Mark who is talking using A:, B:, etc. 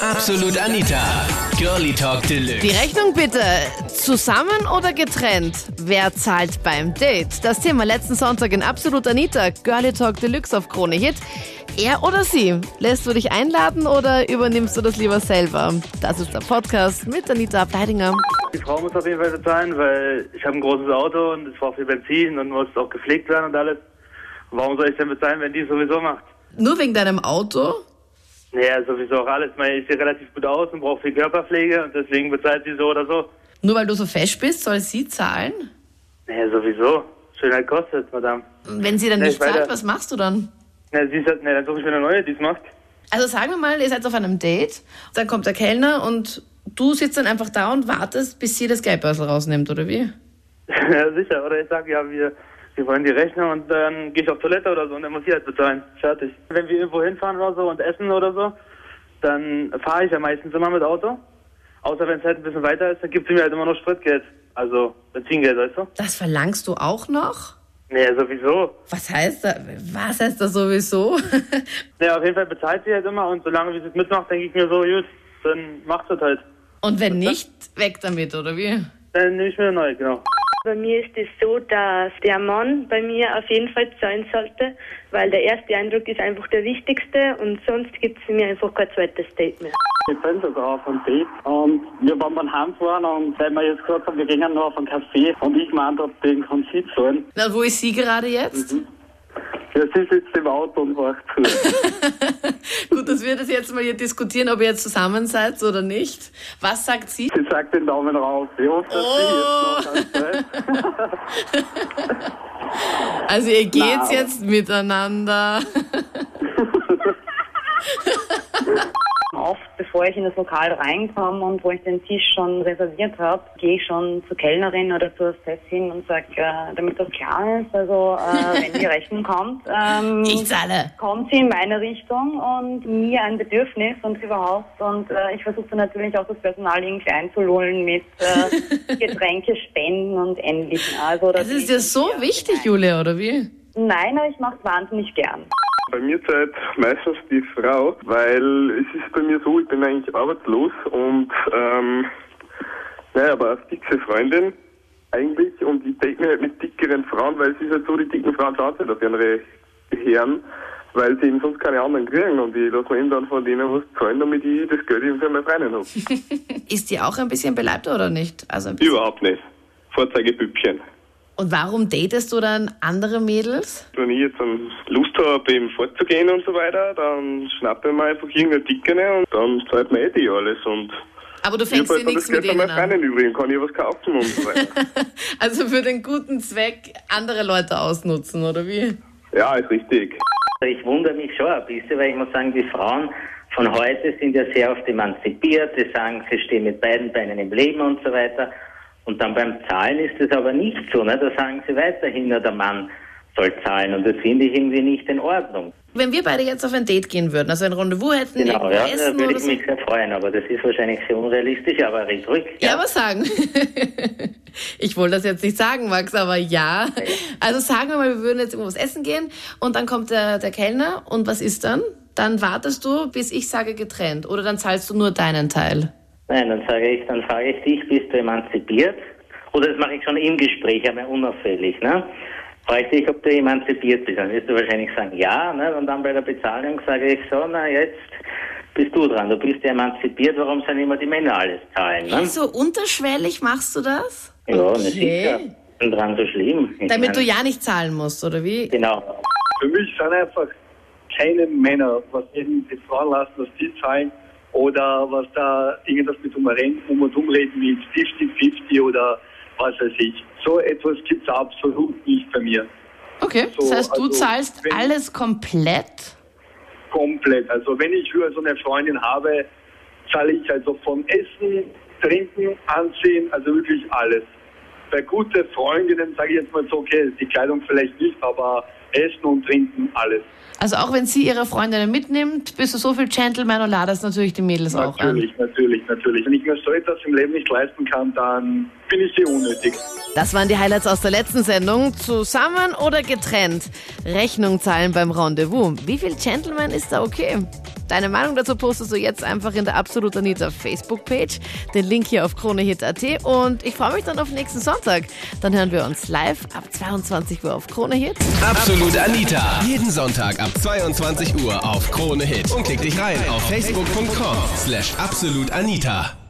A: Absolut Anita. Girlie Talk Deluxe.
B: Die Rechnung bitte. Zusammen oder getrennt? Wer zahlt beim Date? Das Thema letzten Sonntag in Absolut Anita. Girlie Talk Deluxe auf Krone Hit. Er oder sie? Lässt du dich einladen oder übernimmst du das lieber selber? Das ist der Podcast mit Anita Ableidinger.
C: Die Frau muss auf jeden Fall bezahlen, weil ich habe ein großes Auto und es braucht viel Benzin und muss auch gepflegt werden und alles. Warum soll ich denn bezahlen, wenn die es sowieso macht?
B: Nur wegen deinem Auto?
C: Naja, sowieso auch alles. Ich meine, ich sehe relativ gut aus und brauche viel Körperpflege und deswegen bezahlt sie so oder so.
B: Nur weil du so fesch bist, soll sie zahlen?
C: Naja, sowieso. Schönheit kostet, Madame.
B: Wenn sie dann
C: Nee,
B: nicht
C: ich weiß
B: zahlt,
C: ja.
B: was machst du dann?
C: Na, sie ist halt, na, dann suche ich mir eine neue, die es macht.
B: Also sagen wir mal, ihr seid auf einem Date, dann kommt der Kellner und du sitzt dann einfach da und wartest, bis sie das Geldbörsel rausnimmt, oder wie?
C: ja, sicher. Oder ich sage, ja, wir, wir wollen die Rechnung und dann gehe ich auf Toilette oder so und dann muss sie halt bezahlen. Fertig. Wenn wir irgendwo hinfahren oder so und essen oder so, dann fahre ich ja meistens immer mit Auto. Außer wenn es halt ein bisschen weiter ist, dann gibt sie mir halt immer noch Spritgeld. Also Benzingeld, weißt du?
B: Das verlangst du auch noch?
C: Naja, sowieso.
B: Was heißt da? Was heißt das sowieso?
C: Ja, auf jeden Fall bezahlt sie halt immer und solange wie sie es mitmacht, denke ich mir so, gut, dann macht sie es halt.
B: und wenn nicht, weg damit, oder wie?
C: Dann nehme ich mir eine neue, genau.
D: Bei mir ist es so, dass der Mann bei mir auf jeden Fall sein sollte, weil der erste Eindruck ist einfach der wichtigste und sonst gibt es mir einfach kein zweites Date mehr.
E: Ich bin sogar auf einem Date und wir waren dann heimfahren und weil wir jetzt gesagt haben, wir gehen noch auf einen Café und ich meinte, ob den kann sie zahlen.
B: Na, wo ist sie gerade jetzt?
E: Ja, sie sitzt im Auto und wacht zu.
B: Gut, dass wir das jetzt mal hier diskutieren, ob ihr jetzt zusammen seid oder nicht. Was sagt sie?
E: Sie sagt den Daumen rauf. Ich hoffe, dass
B: Oh.
E: sie jetzt noch
C: äh,
E: ganz
B: Also ihr geht
E: Na, aber-
B: jetzt miteinander.
F: Oft, bevor ich in das Lokal reinkomme und wo ich den Tisch schon reserviert habe, gehe ich schon zur Kellnerin oder zur Chefin und sage, äh, damit das klar ist, also äh, wenn die Rechnung kommt, ähm,
B: Ich zahle.
F: kommt sie in meine Richtung und nie ein Bedürfnis und überhaupt. Und äh, ich versuche dann natürlich auch das Personal irgendwie einzuholen mit äh, Getränkespenden und Ähnlichem. Also,
B: Das ist dir so wichtig, Julia, oder wie?
F: Nein, aber ich mache es wahnsinnig gern.
G: Bei mir zahlt meistens die Frau, weil es ist bei mir so, ich bin eigentlich arbeitslos und ähm, naja, aber eine fixe Freundin eigentlich und ich date mir halt mit dickeren Frauen, weil es ist halt so, die dicken Frauen schauen halt auf ihre Herren, weil sie eben sonst keine anderen kriegen und ich lasse mir eben dann von denen was zahlen, damit ich das Geld eben für meine Freundin habe.
B: Ist die auch ein bisschen beleibt oder nicht? Also ein bisschen.
G: Überhaupt nicht. Vorzeigebübchen.
B: Und warum datest du dann andere Mädels?
G: Wenn ich jetzt dann Lust habe, eben fortzugehen und so weiter, dann schnappe ich mir einfach irgendeine Dickere und dann zahlt mir eh die alles. Und
B: Aber du fängst dir
G: dann
B: nichts mit
G: von
B: denen
G: meinen
B: an.
G: Freundin übrigens, kann ich was kaufen und so weiter.
B: Also für den guten Zweck andere Leute ausnutzen, oder wie?
G: ja, ist richtig.
H: Ich wundere mich schon ein bisschen, weil ich muss sagen, die Frauen von heute sind ja sehr oft emanzipiert. Sie sagen, sie stehen mit beiden Beinen im Leben und so weiter. Und dann beim Zahlen ist es aber nicht so. Ne? Da sagen sie weiterhin, na, der Mann soll zahlen. Und das finde ich irgendwie nicht in Ordnung.
B: Wenn wir beide jetzt auf ein Date gehen würden, also ein Rendezvous hätten,
H: Genau,
B: irgendwo
H: ja, da
B: essen
H: würde
B: oder
H: ich
B: so.
H: mich sehr freuen. Aber das ist wahrscheinlich sehr unrealistisch, aber red ruhig.
B: Ja, was sagen? Ich wollte das jetzt nicht sagen, Max, aber ja. Also sagen wir mal, wir würden jetzt irgendwo was essen gehen und dann kommt der, der Kellner und was ist dann? Dann wartest du, bis ich sage getrennt oder dann zahlst du nur deinen Teil.
H: Nein, dann sage ich, dann frage ich dich, bist du emanzipiert? Oder das mache ich schon im Gespräch, aber unauffällig, ne? Frage ich dich, ob du emanzipiert bist. Dann wirst du wahrscheinlich sagen, ja, ne? Und dann bei der Bezahlung sage ich so, na jetzt bist du dran, du bist ja emanzipiert, warum sollen immer die Männer alles zahlen, ne?
B: So unterschwellig machst du das?
H: Ja, na sicher. Und dran so schlimm. Ich
B: Damit du
H: meine,
B: ja nicht zahlen musst, oder wie?
H: Genau.
I: Für mich sind einfach keine Männer, was eben die Frauen lassen, was die zahlen oder was da irgendwas mit um, um und umreden mit 50-50 oder was weiß ich. So etwas gibt es absolut nicht bei mir.
B: Okay, das
I: So,
B: heißt, du
I: also,
B: zahlst
I: wenn-
B: alles komplett?
I: Komplett. Also wenn ich früher so eine Freundin habe, zahle ich also vom Essen, Trinken, Anziehen, also wirklich alles. Bei guten Freundinnen sage ich jetzt mal so, okay, die Kleidung vielleicht nicht, aber Essen und Trinken, alles.
B: Also auch wenn sie ihre Freundinnen mitnimmt, bist du so viel Gentleman und ladest natürlich die Mädels auch an.
I: Natürlich, natürlich, natürlich. Wenn ich mir so etwas im Leben nicht leisten kann, dann bin ich hier unnötig.
B: Das waren die Highlights aus der letzten Sendung. Zusammen oder getrennt? Rechnung zahlen beim Rendezvous. Wie viel Gentleman ist da okay? Deine Meinung dazu postest du jetzt einfach in der Absolut Anita Facebook-Page. Den Link hier auf KroneHit.at. Und ich freue mich dann auf nächsten Sonntag. Dann hören wir uns live ab 22 Uhr auf KroneHit.
A: Absolut Anita. Jeden Sonntag ab 22 Uhr auf Krone Hit. Und klick dich rein auf facebook.com slash absolutanita.